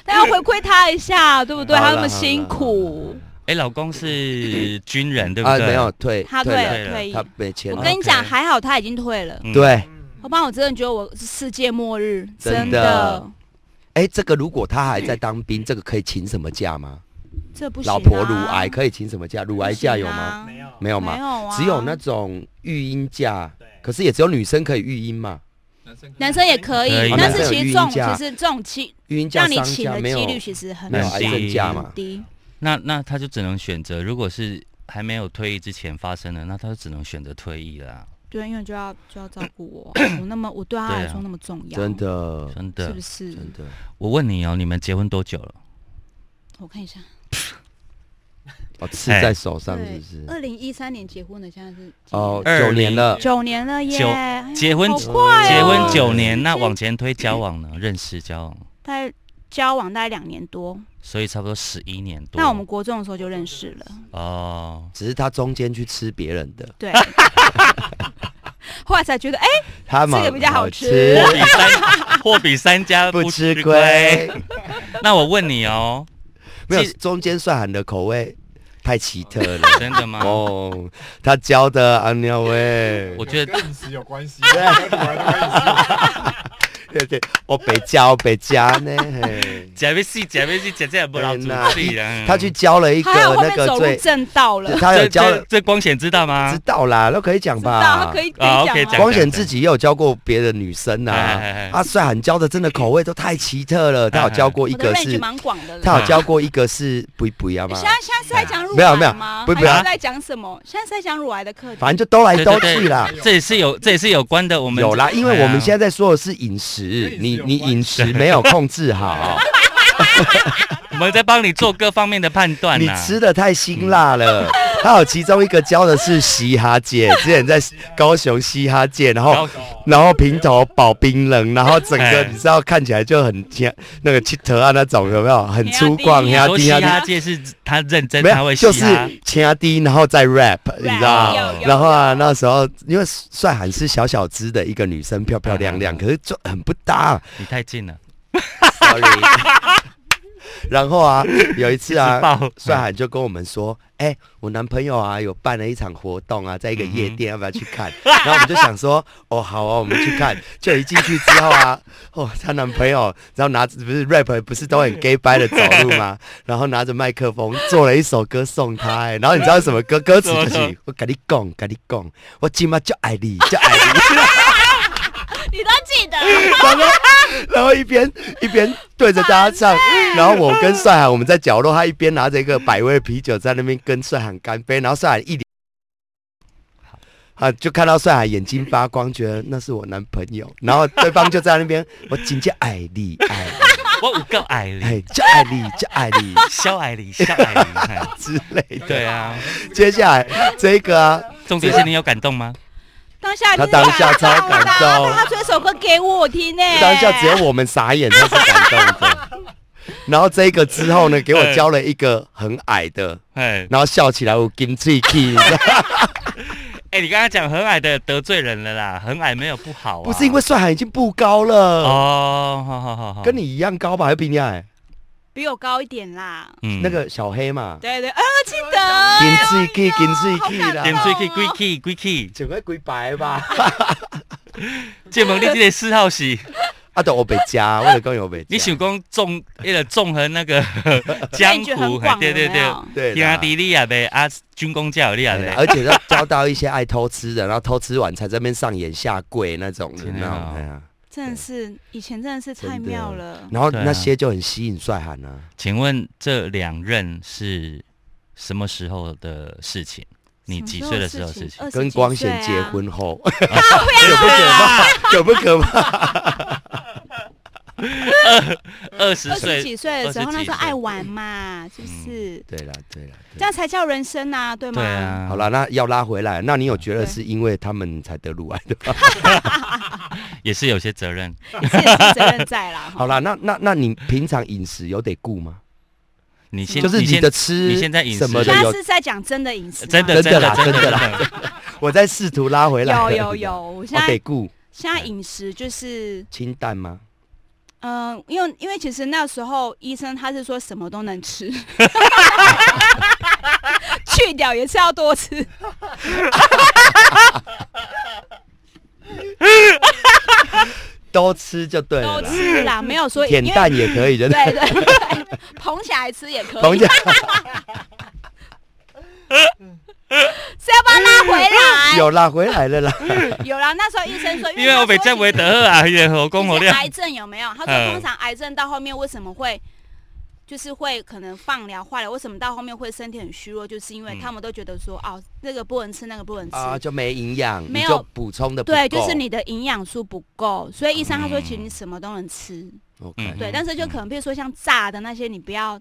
但要回馈他一下，对不对？
好啦
他那么辛苦，
哎，老公是军人，对不
啊，
对？
没有，退，
他退
退了，
了，退役
他。没钱
我
了。
跟你讲，
OK
还好他已经退了，
嗯
对，
要不然我真的觉得我是世界末日，
真的
真的，
哎，这个如果他还在当兵，这个可以请什么假吗？
这不行啊。
老婆乳癌可以请什么假？乳
不
癌
行啊
假有吗？？
没有，
没有
没
吗？
有啊，
只有那种育婴假，
对，
可是也只有女生可以育婴嘛。
男生也可
可
以
以，
但是其实这种
男生有孕假
其实这种期
育婴假、
让你
丧
请
假
的
没有
几率其实很
没有
很
癌
低
症假嘛
很？低。
那那他就只能选择，如果是还没有退役之前发生的，那他就只能选择退役啦。
对，因为就要就要照顾 我，我那么我对他
对啊
来说那么重要，
真的，
真的
是不，是？
真的，
我问你哦，你们结婚多久了？
我看一下，
哦，刺在手上是不是？
二零一三年结婚的，现在是几
哦，
20
九年了，
九年了耶，
九
哎呀
结婚
好快哦
结婚九年，那往前推交往呢？认识交往，
大概交往大概两年多，
所以差不多十一年多。
那我们国中的时候就认识了，
哦，
只是他中间去吃别人的，
对。后来才觉得，哎、
他嘛
这个比较好
吃
吃，
货比三货 比三家
不
不
吃
吃亏
亏。。
那我问你哦，
没有
其，
中间蒜喊的口味太奇特了。
真的吗？
哦，他教的阿尿喂，
我觉得
跟饮食有关系，跟乳癌的关系。
对对，我被教被加呢。嘿
假面戏，假面戏，假假不老主戏啊！
哎他去教了一个
他还有后
那
面
个
走
最
入，正道了，
他有
这
教
这
了，
这光显知道吗
知？道啦，都可以讲
知道他
吧
可。以可以
啊
讲吗
OK，讲
光显自己也有教过别的女生呐、
哎哎哎
啊，帅喊教的真的口味都太奇特了。他有教过一
哎我的
个
range
是，
蛮广的了。
他有教过一个是不不一样嘛
现，在现在是在讲乳
没有
癌
没有
吗？
不不
还
啊
是在讲什么？现在是在讲乳癌的课题。
反正就兜来
对
兜
对
去啦。
对这也是有，这也是有关的。我们哎
有啦，因为
哎
我们
在
现在在说的是饮食，
跟饮食
你
有
你
关
饮食没有控制好，
我们在帮你做各方面的判断
你
呐。嗯
吃的太辛辣了。还有其中一个教的是嘻哈界，之前在高雄嘻哈界，然后
高
然后平头保冰冷，然后整个
哎
你知道看起来就很像那个气头啊那种有没有？很粗犷，
兄弟
压
说
低
哎嘻
压低，
哈界是他认真，
没
他会
有
嘻
就
哈。
是压低，然后再 rap，你知道吗？
有有
然后啊，那时候因为帅涵是小小只的一个女生，
嗯
漂漂亮亮，可是就很不搭。
你太近了，
Sorry，然后啊，有一次
一直
啊
爆，
帅涵就跟我们说：“哎、我男朋友啊有办了一场活动啊，在一个
嗯
夜店，要不要去看？” 然后我们就想说：“哦，好啊，我们去看。”就一进去之后啊，哦，她男朋友然后拿着不是 rap 不是都很 gay 掰的走路 吗？然后拿着麦克风做了一首歌送她、哎然后你知道是什么歌歌词就
什么
是我跟你讲，跟你讲，我今晚就爱你，就爱你。
你都记得，啊
然后，然后一边一边对着大家唱，
啊
然后我跟帅涵我们在角落，他一边拿着一个百威啤酒在那边跟帅涵干杯，然后帅涵一脸，啊，就看到帅涵眼睛发光，觉得那是我男朋 友，然后对方就在那边，我紧接爱你爱你，
我有够爱你，
哎，就爱你就爱你
小爱你，小爱你哎。
之类的。
对啊，
接下来这个啊，
重点是你有感动吗？
当下
他
一定是
当下超感
的
动
他吹首歌给我听呢，
当下只有我们傻眼，他是感动 的。然后这个之后呢，给我教了一个很矮的。
哎，
然后笑起来我金嘴 气，你知道吗
哎，你刚刚讲很矮的得罪人了啦，很矮没有不好啊。
不是因为帅涵已经不高了，
哦，好好好好，
跟你一样高吧，还比你矮。
比我高一点啦。
嗯啊
那个小黑嘛，
对对，啊，记得。
金嘴气，金嘴气
好感
啦
动
点，水去鬼去鬼去，
整个几白吧。
借问你这个四号是，
啊，对，我被加，为了讲有被加。
你想讲纵那个纵横那 个江
哎觉很
湖，
广，
对对
有没
对
有，
对
天
啦
啊，地利亚呗，啊，军工教啊利亚
对啦
呗，
而且要交到一些爱偷吃的，然后偷吃完才在那边上演下跪那种的，
天
那种
啊
哎呀
真的是以前真的是太
真的
妙了。
然后
对啊
那些就很吸引帅涵啊。
请问这两任是什么时候的事情？你几岁的时候的事情？
二十
跟
几
光
岁
贤
啊
结，婚后，
啊
有不可怕？有不可怕？
二十
二十
岁，
几岁的时候，
二十
那
几
时
岁
候爱玩嘛，是不是？
对啦，对啦。嗯对
这样才叫人生啊，对吗？
对啊，
好，了，那要拉回来，那你有觉得
嗯对
是因为他们才得乳癌的？
也是有些责任。
这也是责任在啦。
好
了，
啦，那那那你平常饮食有得 顾吗？
你先，
就是你
先
的吃，
你现在饮食
什么的
他
有，
是在讲真的饮食吗，
真的
真的啦
真
真的啦
真的
我在试图拉回来。
有有有，，我现
我得
在
顾
现在饮食就是，
清淡吗？
嗯，因为因为其实那时候医生他是说什么都能吃，去掉也是要多吃。
都吃就对
都
了啦，
吃啦，没 有说
舔
因为
蛋也可以，真的。
对对对， 捧起来吃也可
冯
以，
姐，
是要把它拉回来。
有拉回 来了啦。
有啦，那时候医生说，
因为我被占为德赫啊，也和公嗯我
其实
亮。
癌症有没有？他说通常癌症到后面为什么会？就是会可能放疗、化疗，为什么到后面会身体很虚弱？就是因为
嗯
他们都觉得说，哦，那个不能吃，那个不能吃，
啊，就没营养，
没
你
有
就补充的不
对，
够
就是。你的营养素不够，所以医生他说，
嗯
其实你什么都能吃，
嗯
OK，
对，但是就可能比如说像炸的那些，你不要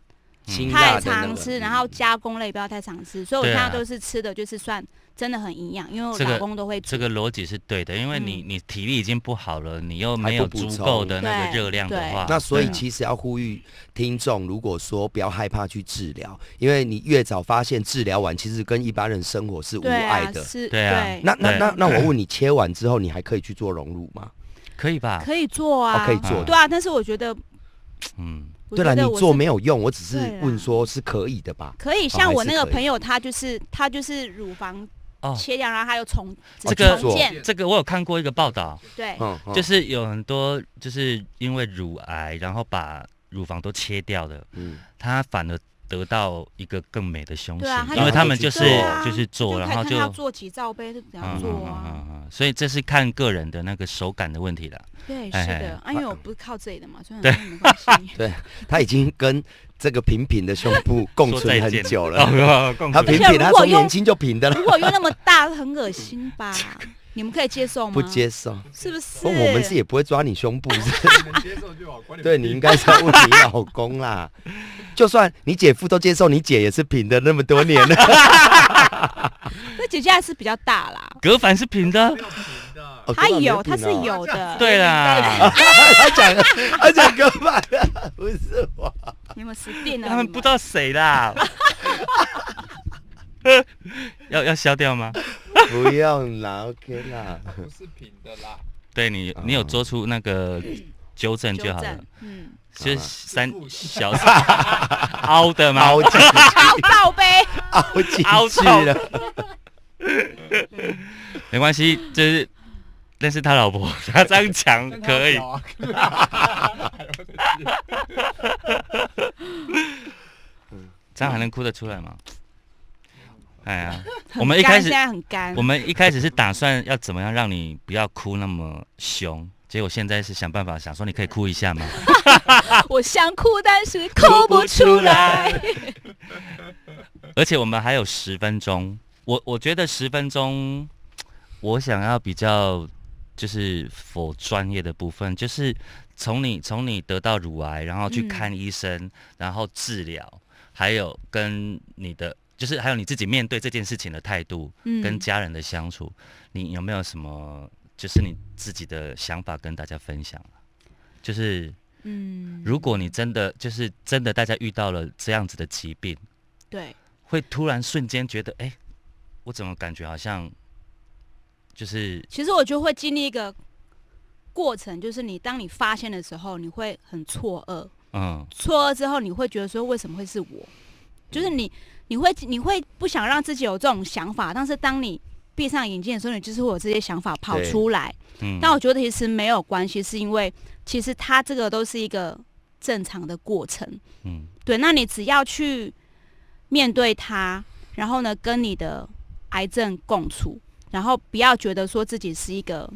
辛辣
太
的那
常
个嗯
吃，然后加工类不要太常吃，所以
嗯
我
对
现
啊
在都是吃的，就是算真的很营养，因为我
这个
老公都会
这
煮。
个逻辑是对的，因为你你体力已经不好了，你又没有
还不补
足
充
够的那个
对
热量的
对
话，
那所以
对啊
其实要呼吁听众，如果说不要害怕去治疗，因为你越早发现治疗完，其实跟一般人生活是无
对
碍
啊，
的。
是，
对啊
那那
对
那那我问你， 切完之后你还可以去做隆乳吗？
可以吧？
可以做
哦
啊，
可以做
对啊，但是我觉得，
嗯，
我
对了，
觉得
你
我
做
是
没有用，我只是
对啦啊
问说是可以的吧？
可以，
还
像我
是
那个
可以
朋友，他就是他就是乳房
哦，
切掉，然后他又重
这个
重建，
这个我有看过一个报道，
对，
嗯，嗯
就是有很多就是因为乳癌，然后把乳房都切掉的，
嗯
他反而得到一个更美的胸型
对啊，他
因为
就
他们就是
对啊
就是做，
就
然
可以
后
看
就
他做几罩杯就怎样做啊，
嗯，所以这是看个人的那个手感的问题啦。
对，
哎
是
哎
的，啊因为我不是靠这里的嘛，所以好
对
像没关系。
他已经跟这个平平的胸部共
说
存
再
很
见
久了。
哦共
他
存
平
而且
平，
如
他
果
从
用嗯
年轻就平的了，
如果用那么大，很恶心吧？你们可以接受吗？
不，接受。
是不是？
哦
不，我们是也不会抓你胸部，是
你能接受就好，关你
对你应该是要问你老公啦。 就算你姐夫都接受，你姐也是平的那么多年 了。
那姐姐还是比较大啦，
隔反是平的，
哦
她有，她
根本
是
没平哦
有的。
对啦。
他讲他讲哥版的， 不是我。
你们死定了！
他们
你
不知道谁啦。 要要消掉吗？
不用啦，OK 啦。
不是平的啦。
对你，你有做出那个纠正就好了
正，，嗯，
就是
好了
三 小凹的吗？
凹进
好宝贝，
凹进
凹
去
到
了，
没关系，就是，但是他老婆他这样讲可以， 这样还能哭得出来吗？哎呀，我们一
干
开始
现在很干
我，们一开始是打算要怎么样让你不要哭那么凶，结果现在是想办法想说你可以哭一下吗？
我想哭，但是哭不出来。
而且我们还有十分钟，我我觉得十分钟，我想要比较就是否专业的部分，就是从你从你得到乳癌，然后去
嗯
看医生，然后治疗，还有跟你的就是还有你自己面对这件事情的态度，
嗯
跟家人的相处，你有没有什么就是你自己的想法跟大家分享啊？就是
嗯
如果你真的就是真的大家遇到了这样子的疾病。
对，
会突然瞬间觉得，哎、我怎么感觉好像就是
其实我就会经历一个过程，就是你当你发现的时候，你会很错愕，
嗯
错愕之后，你会觉得说为什么会是我？就是你，你会你会不想让自己有这种想法，但是当你闭上眼睛的时候，你就是会有这些想法跑
对
出来。
嗯，
但我觉得其实没有关系，是因为其实它这个都是一个正常的过程。
嗯
对，那你只要去面对它，然后呢，跟你的癌症共处，然后不要觉得说自己是一个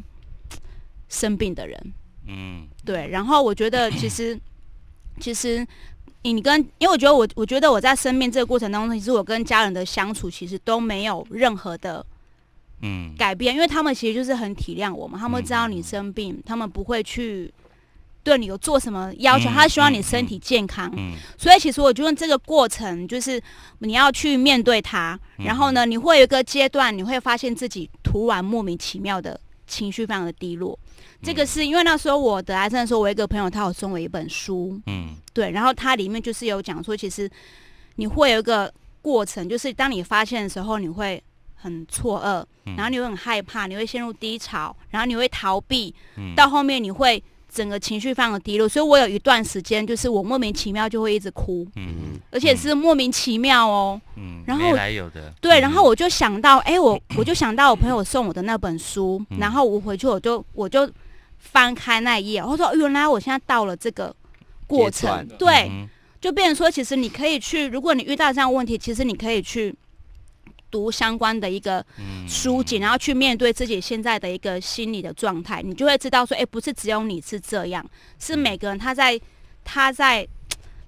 生病的人。
嗯
对，然后我觉得其实其实你跟，因为我觉得我我觉得我在生病这个过程当中，其实我跟家人的相处其实都没有任何的
嗯
改变，因为他们其实就是很体谅我们，他们知道你生病，他们不会去对你有做什么要求，
嗯
他希望你
嗯
身体健康。
嗯
所以其实我觉得这个过程就是你要去面对它，
嗯
然后呢，你会有一个阶段，你会发现自己突然莫名其妙的情绪非常的低落。这
嗯
个是因为那时候我得癌症的时候，我有一个朋友他有送我一本书，
嗯
对，然后它里面就是有讲说，其实你会有一个过程，就是当你发现的时候，你会很错愕，
嗯，
然后你会很害怕，你会陷入低潮，然后你会逃避，
嗯
到后面你会整个情绪非常的低落。所以我有一段时间，就是我莫名其妙就会一直哭，
嗯
而且是莫名其妙哦。
嗯，
然后
没
我
来有的嗯
对，然后我就想到，哎、我我就想到我朋友送我的那本书，
嗯
然后我回去我就我就翻开那一页，我说哦原来我现在到了这个过
阶段
程，对，
嗯
就变成说，其实你可以去，如果你遇到这样的问题，其实你可以去读相关的一个
嗯
书籍，然后去面对自己现在的一个心理的状态，你就会知道说，哎、不是只有你是这样，是每个人他在他在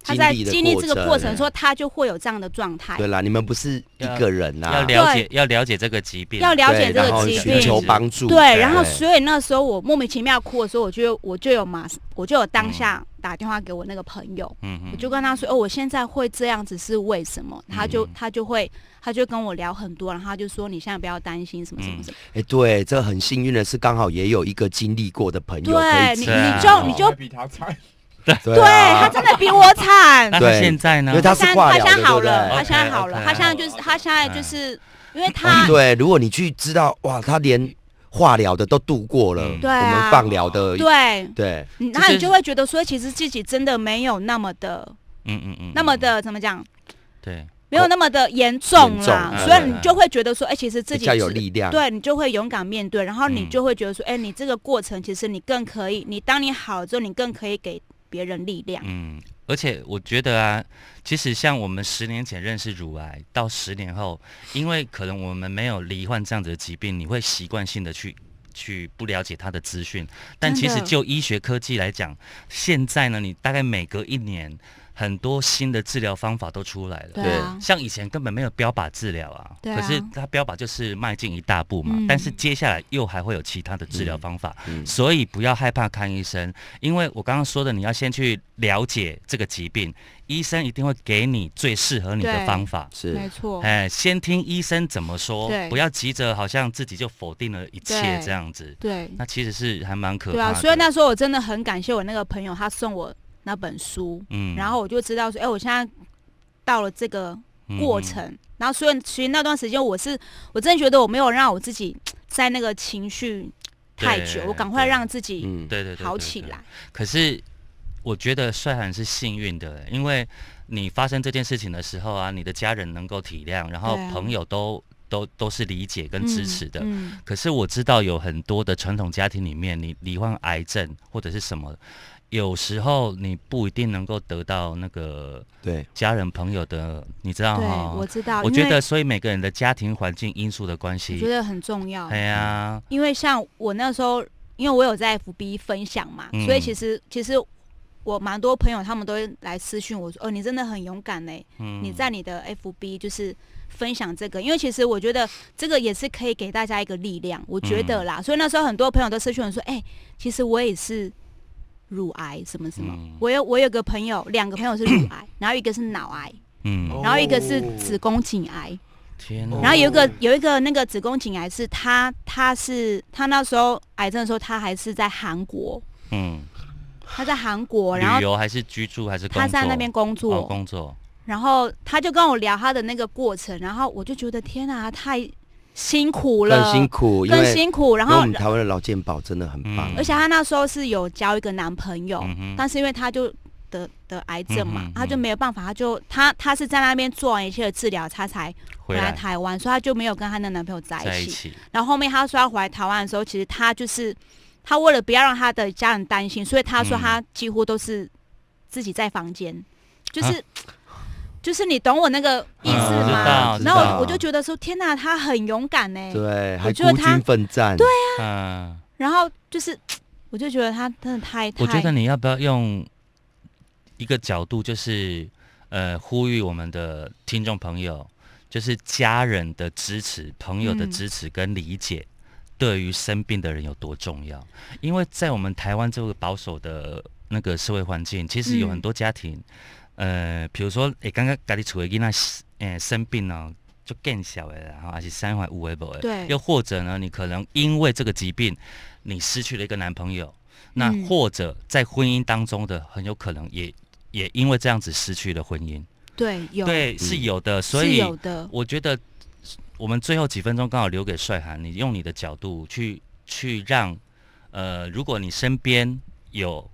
他在
嗯经历的
经历这个
过
过
程
程，说他就会有这样的状态
对。啦，你们不是一个人
要
呐，
了解要了解这个疾病，
要了
对
解这
然后
个疾
寻
病，
求帮助，
对，然后所以那时候我莫名其妙哭的时候，我就我就有马，我就有当
嗯
下打电话给我那个朋友，
嗯嗯
我就跟他说，哦，我现在会这样子是为什么？他就、他就会他就跟我聊很多，然后他就说你现在不要担心什么什么什么，
哎，对，这很幸运的是，刚好也有一个经历过的朋友可
对
以
你
知
这样
你就你
我
就
还比他惨，
对
对
啊
他真的比我惨
那，他
对
现在呢
因为？他
他
是
现在
化
他
疗的
现在好了，
对
他
不对
现在好了，
OK，OK，
他现在就是他现在就是因为他
对，如果你去知道，哇，他连化疗的都度过了，
嗯
对
我们
啊，
放疗的，
对，
对
嗯然
就
后
是
你就会觉得说，其实自己真的没有那么的
嗯嗯嗯，
那么的怎么讲。
对，
没有那么的严重啦，
严
重
所
嗯
以你就会觉得说，哎、其实自
比
己
较有
是
力量，
对你就会勇敢面对，然后你
啊嗯
就会觉得说，哎、你这个过程其实你更可以，你当你好了之后，你更可以给别人力量。
嗯，而且我觉得啊，其实像我们十年前认识乳癌，到十年后，因为可能我们没有罹患这样子的疾病，你会习惯性的去去不了解它的资讯。但
真
其实
的
就医学科技来讲，现在呢，你大概每隔一年，很多新的治疗方法都出来了。
对
啊，
像以前根本没有标靶治疗啊，
对
可
啊
是它标靶就是迈进一大步嘛，
嗯
但是接下来又还会有其他的治疗方法，
嗯
所以不要害怕看医生，因为我刚刚说的，你要先去了解这个疾病，医生一定会给你最适合你的
对
方法。
是
没错，
哎，先听医生怎么说，
对
不要急着好像自己就否定了一切
对
这样子，
对，
那其实是还蛮可怕
对
的。
啊，所以那时候我真的很感谢我那个朋友，他送我那本书，
嗯
然后我就知道说，哎、我现在到了这个
嗯
过程。然后，所以其实那段时间我是，我真的觉得我没有让我自己在那个情绪太
对
久，我赶快
对
让自己
嗯，
对对对对
好
对
起来。
可是我觉得帅涵是幸运的，因为你发生这件事情的时候啊，你的家人能够体谅，然后
对啊
朋友都、都都是理解跟支持的。
嗯，
可是我知道有很多的传统家庭里面，你罹患癌症或者是什么，有时候你不一定能够得到那个
对，
家人朋友的，你知道
嗯对
哈，？
我知道，
啊我
因
觉
为
得，所以每个人的家庭环境因素的关
我觉
系，
得很重要
哎。呀，
因为像我那时候，因为我有在 FB 分享嘛，
嗯
所以其实其实我蛮多朋友他们都会来私讯我说：“哦，你真的很勇敢呢、欸
嗯，
你在你的 FB 就是分享这个，因为其实我觉得这个也是可以给大家一个力量，我觉得
嗯
啦。所以那时候很多朋友都私讯我说：“哎、其实我也是乳癌什么什么，
嗯
我有我有个朋友，两个朋友是乳癌，然后一个是脑癌，
嗯，
哦
然后一个是子宫颈癌。
天哪，
然后有一个有一个那个子宫颈癌是他他是他那时候癌症的时候他还是在韩国，
嗯，
他在韩国，然
旅
后
游还是居住还是工作？
他在那边工作，
哦、工作，
然后他就跟我聊他的那个过程，然后我就觉得天啊，太辛苦了，
更辛苦，因
更
为
辛苦。然
因为
后
我，们台湾的老健保真的很棒
嗯，
而且他那时候是有交一个男朋友，
嗯哼
但是因为他就得得癌症嘛，
嗯哼
他就没有办法，他就他他是在那边做完一切的治疗，他才
回
回来
来
台湾，所以他就没有跟他的男朋友在
在
一
一
起。
起，
然后后面他说要回来台湾的时候，其实他就是他为了不要让他的家人担心，所以他说
嗯
他几乎都是自己在房间，就是、 就是你懂我那个意思
啊嗯知
吗？
道
然
知
后
道
我我就觉得说天哪，他很勇敢呢、
对，还
觉得
孤
他
军奋战，对，
嗯，
然后就是 我就觉得他真的太太，
我觉得你要不要用一个角度，就是呃，呼吁我们的听众朋友，就是家人的支持、朋友的
嗯
支持跟理解，对于生病的人有多重要？因为在我们台湾这个保守的那个社会环境，其实有
嗯
很多家庭，呃，比如说，诶、刚刚家里处的囡仔，诶、生病了、就更小的啦，然后还是三怀五的不的，
对
又或者呢，你可能因为这个疾病，你失去了一个男朋友，那
嗯
或者在婚姻当中的很有可能也也因为这样子失去了婚姻，
对有嗯
对，是有的。所
是
以
有的，
我觉得我们最后几分钟刚好留给帅涵，你用你的角度去去让呃，如果你身边有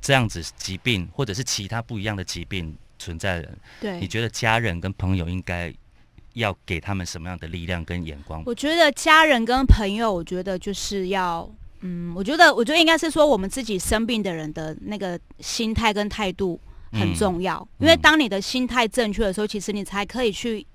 这样子疾病或者是其他不一样的疾病存在的人，你
对。
觉得家人跟朋友应该要给他们什么样的力量跟眼光？
我觉得家人跟朋友，我觉得就是要。嗯，我觉得，我觉得应该是说我们自己生病的人的那个心态跟态度，很重要，因为
嗯
当你的心态正确的时候，其实你才可以去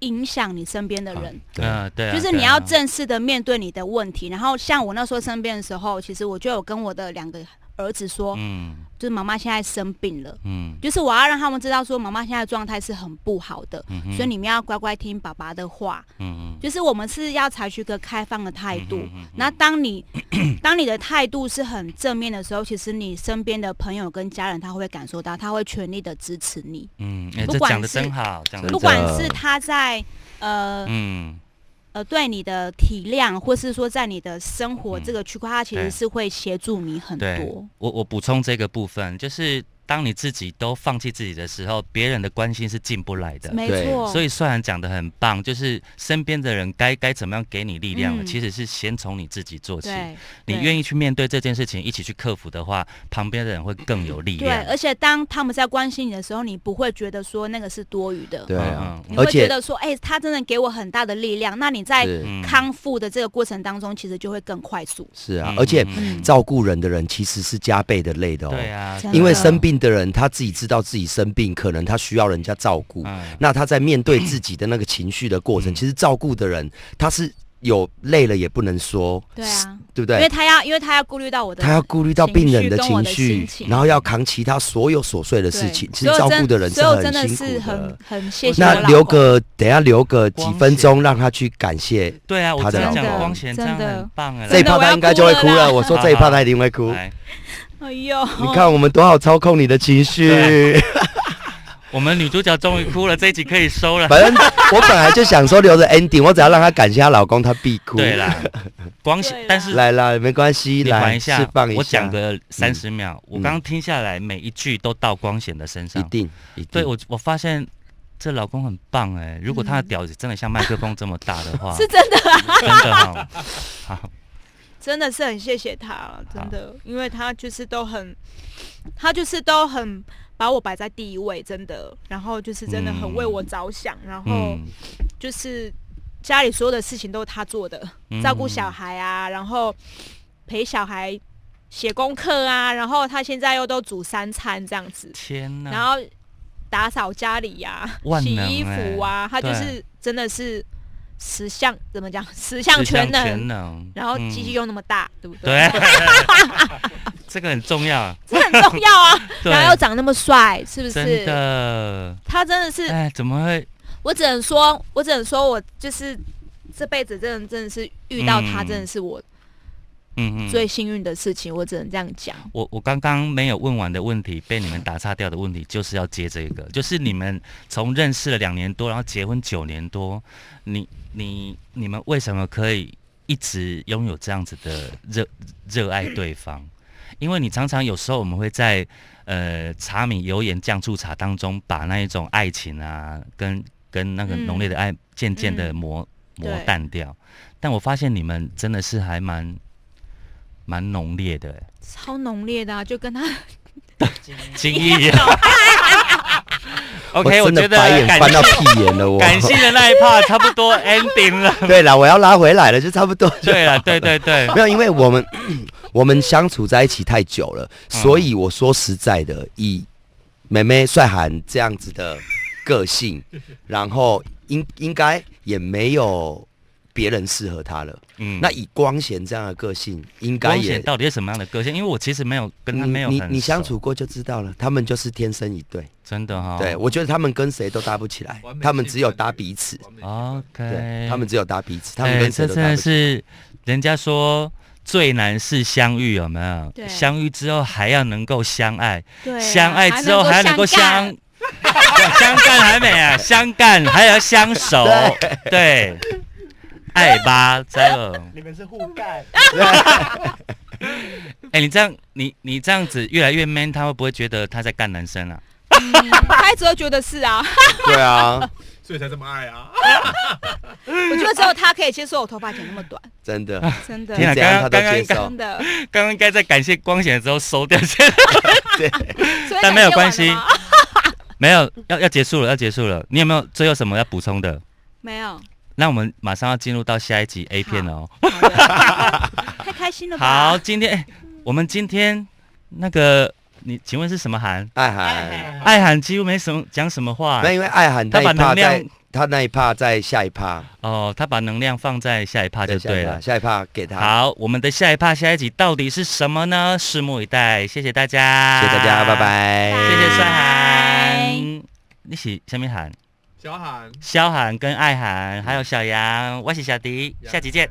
影响你身边的人。
嗯、呃对啊、
就是
对
你要
啊
正式的面对你的问题，然后像我那时候生病的时候，其实我就有跟我的两个儿子说，
嗯
就是妈妈现在生病了，
嗯
就是我要让他们知道说妈妈现在的状态是很不好的，
嗯哼，
所以你们要乖乖听爸爸的话，
嗯嗯
就是我们是要采取一个开放的态度。
嗯哼嗯哼
那当你 当你的态度是很正面的时候，其实你身边的朋友跟家人他会感受到，他会全力的支持你。
嗯，哎、
不
这
管
讲的
是
真好，讲的
真
不
的
管是他在呃
嗯
呃对你的体谅，或是说在你的生活
嗯
这个区块，他其
对
实是会协助你很
对
多。，
我我补充这个部分，就是当你自己都放弃自己的时候，别人的关心是进不来的。
没
对
错，
所
以
以虽然讲的很棒，就是身边的人该该怎么样给你力量呢？
嗯
其实是先从你自己做起。
对
你
对
愿意去面对这件事情，一起去克服的话，旁边的人会更有力
对，
量。
而且当他们在关心你的时候，你不会觉得说那个是多余的，
对啊
嗯，
你会
而
觉
且
得说，哎、他真的给我很大的力量。那你在
是
嗯
康复的这个过程当中，其实就会更快速。
是啊
嗯，
而且
嗯
照顾人的人其实是加倍的累的哦，
对啊，
真的
因为生病的人他自己知道自己生病，可能他需要人家照顾，
嗯
那他在面对自己的那个情绪的过程，
嗯
其实照顾的人他是有累了也不能说，
对啊，
对不
因为
对？
他要，因为他要顾虑到我的，
他要顾虑到病人的
情绪跟我
情
的
绪
心，情
然后要扛其他所有琐碎的
对
事情。其
所以
实
我
照
真
顾的人是
所以我真
很
的
辛
是
苦
很
的。
很谢谢我
那
老
留
公
个等一下留个几分钟让他去感谢，
对啊，我
他
只
的
能
老
讲
公
光贤这
真
样
的
很棒啊，
这一
真的
趴
我
他
要
应该
哭
就会
了
哭
啦
了。我说这一趴他一定会 哭。
来，
哎呦，
你看我们多好操控你的情绪
对。我们女主角终于哭了，这一集可以收了。
反正我本来就想说留着 ending，我只要让她感谢她老公，她必哭。
对啦，光
对
贤
啦，
但是
来啦，没关系，
你缓
来
一下，
释放一下。嗯
我讲个三十秒，我刚刚听下来，每一句都到光贤的身
嗯一
上。
定，一定。
对我，我发现这老公很棒哎、如果他的
嗯
屌子真的像麦克风这么大的话，
是真的啊，
真的哈、好，
真的是很谢谢他了，真
啊
的，因为他就是都很，他就是都很把我摆在第一位，真的，然后就是真的
嗯
很为我着想，然后
嗯
就是家里所有的事情都是他做的，
嗯
照顾小孩啊，然后陪小孩写功课啊，然后他现在又都煮三餐这样子，
天哪！
然后打扫家里呀、
万
洗
能欸
衣服啊，他就是真的是十项怎么讲，十项
十项
全能，
全能，
然后
嗯
机器又那么大，对不对？
对，这个很重要，
这很重要啊。
对，
然后又长那么帅，是不
真
是？
的，
他真的是，
哎，怎么会？
我只能说，我只能说我就是这辈子真的真的是遇到他，
嗯
真的是我
嗯嗯，
最幸运的事情，我只能这样讲。
我我刚刚没有问完的问题，被你们打岔掉的问题，就是要接这个，就是你们从认识了两年多，然后结婚九年多，你你你们为什么可以一直拥有这样子的热热爱对方？因为你常常有时候我们会在呃茶米油盐酱醋茶当中，把那一种爱情啊，跟跟那个浓烈的爱，渐渐的
嗯
磨、
对
磨淡掉。但我发现你们真的是还蛮蛮浓烈的、欸。
超浓烈的啊，就跟他
轻 易。OK，我
真
觉
的
得
白眼
感
翻到啊屁眼了，我
感性的那一 part 差不多 ending 了。
对了，我要拉回来了，就差不多。
对了，对对对，
没有，因为我们 我们相处在一起太久了，
嗯
所以我说实在的，以妹妹帅涵这样子的 个性，然后应应该也没有别人适合她了。
嗯，
那以光贤这样的个性，应该
光
也
贤到底是什么样的个性？因为我其实没有跟他没有
你
很
你相
熟，
处过就知道了，他们就是天生一对。
真的哈、
对，我觉得他们跟谁都搭不起来
完美，
他们
气
只有
氛
搭
对
彼此。对
啊
，OK，，
他们只有搭彼此，他
哎，
们跟谁
这
都
真
搭
的
不起来。
是人家说。最难是相遇，有没有？
对
相遇之后还要能够相爱，
对啊，
相爱之后还要能够
干
相， 相干还没啊，相干还要相 守，对，爱吧，再了。
你们是互干，
哎、你这样，你你这样子越来越 man，他会不会觉得他在干男生啊？
嗯他一直都觉得是 啊，
对啊，
所以才这么爱啊。
我觉得只有他可以接受我头发剪那么短，
真的，
真 的
天哪
怎样他都
刚刚
接受
真。的。
刚刚应该在感谢光贤的时候收掉，现在
对，
所以
啊但没有
感谢完了
关系
吗
没有，要要结束了，要结束了。你有没有最后什么要补充的？
没有，
那我们马上要进入到下一集 A 片了哦。
好的太开心了吧？
好，今天、哎我们今天那个你，请问是什么韩？
爱
哎
涵，
爱韩几乎没什么讲什么话
那因为爱涵
他
那
把
一趴
能量
在，他那一趴在下一趴，
哦，他把能量放在下一趴啊就
下
对
一
了
趴，。下一趴给他。
好，我们的下一趴、下一集到底是什么呢？拭目以待，谢谢大家，
谢谢大家，拜拜。
谢谢帅涵，你是什么涵？
小喊，
萧涵跟爱涵，还有小杨，我是小迪，下期见。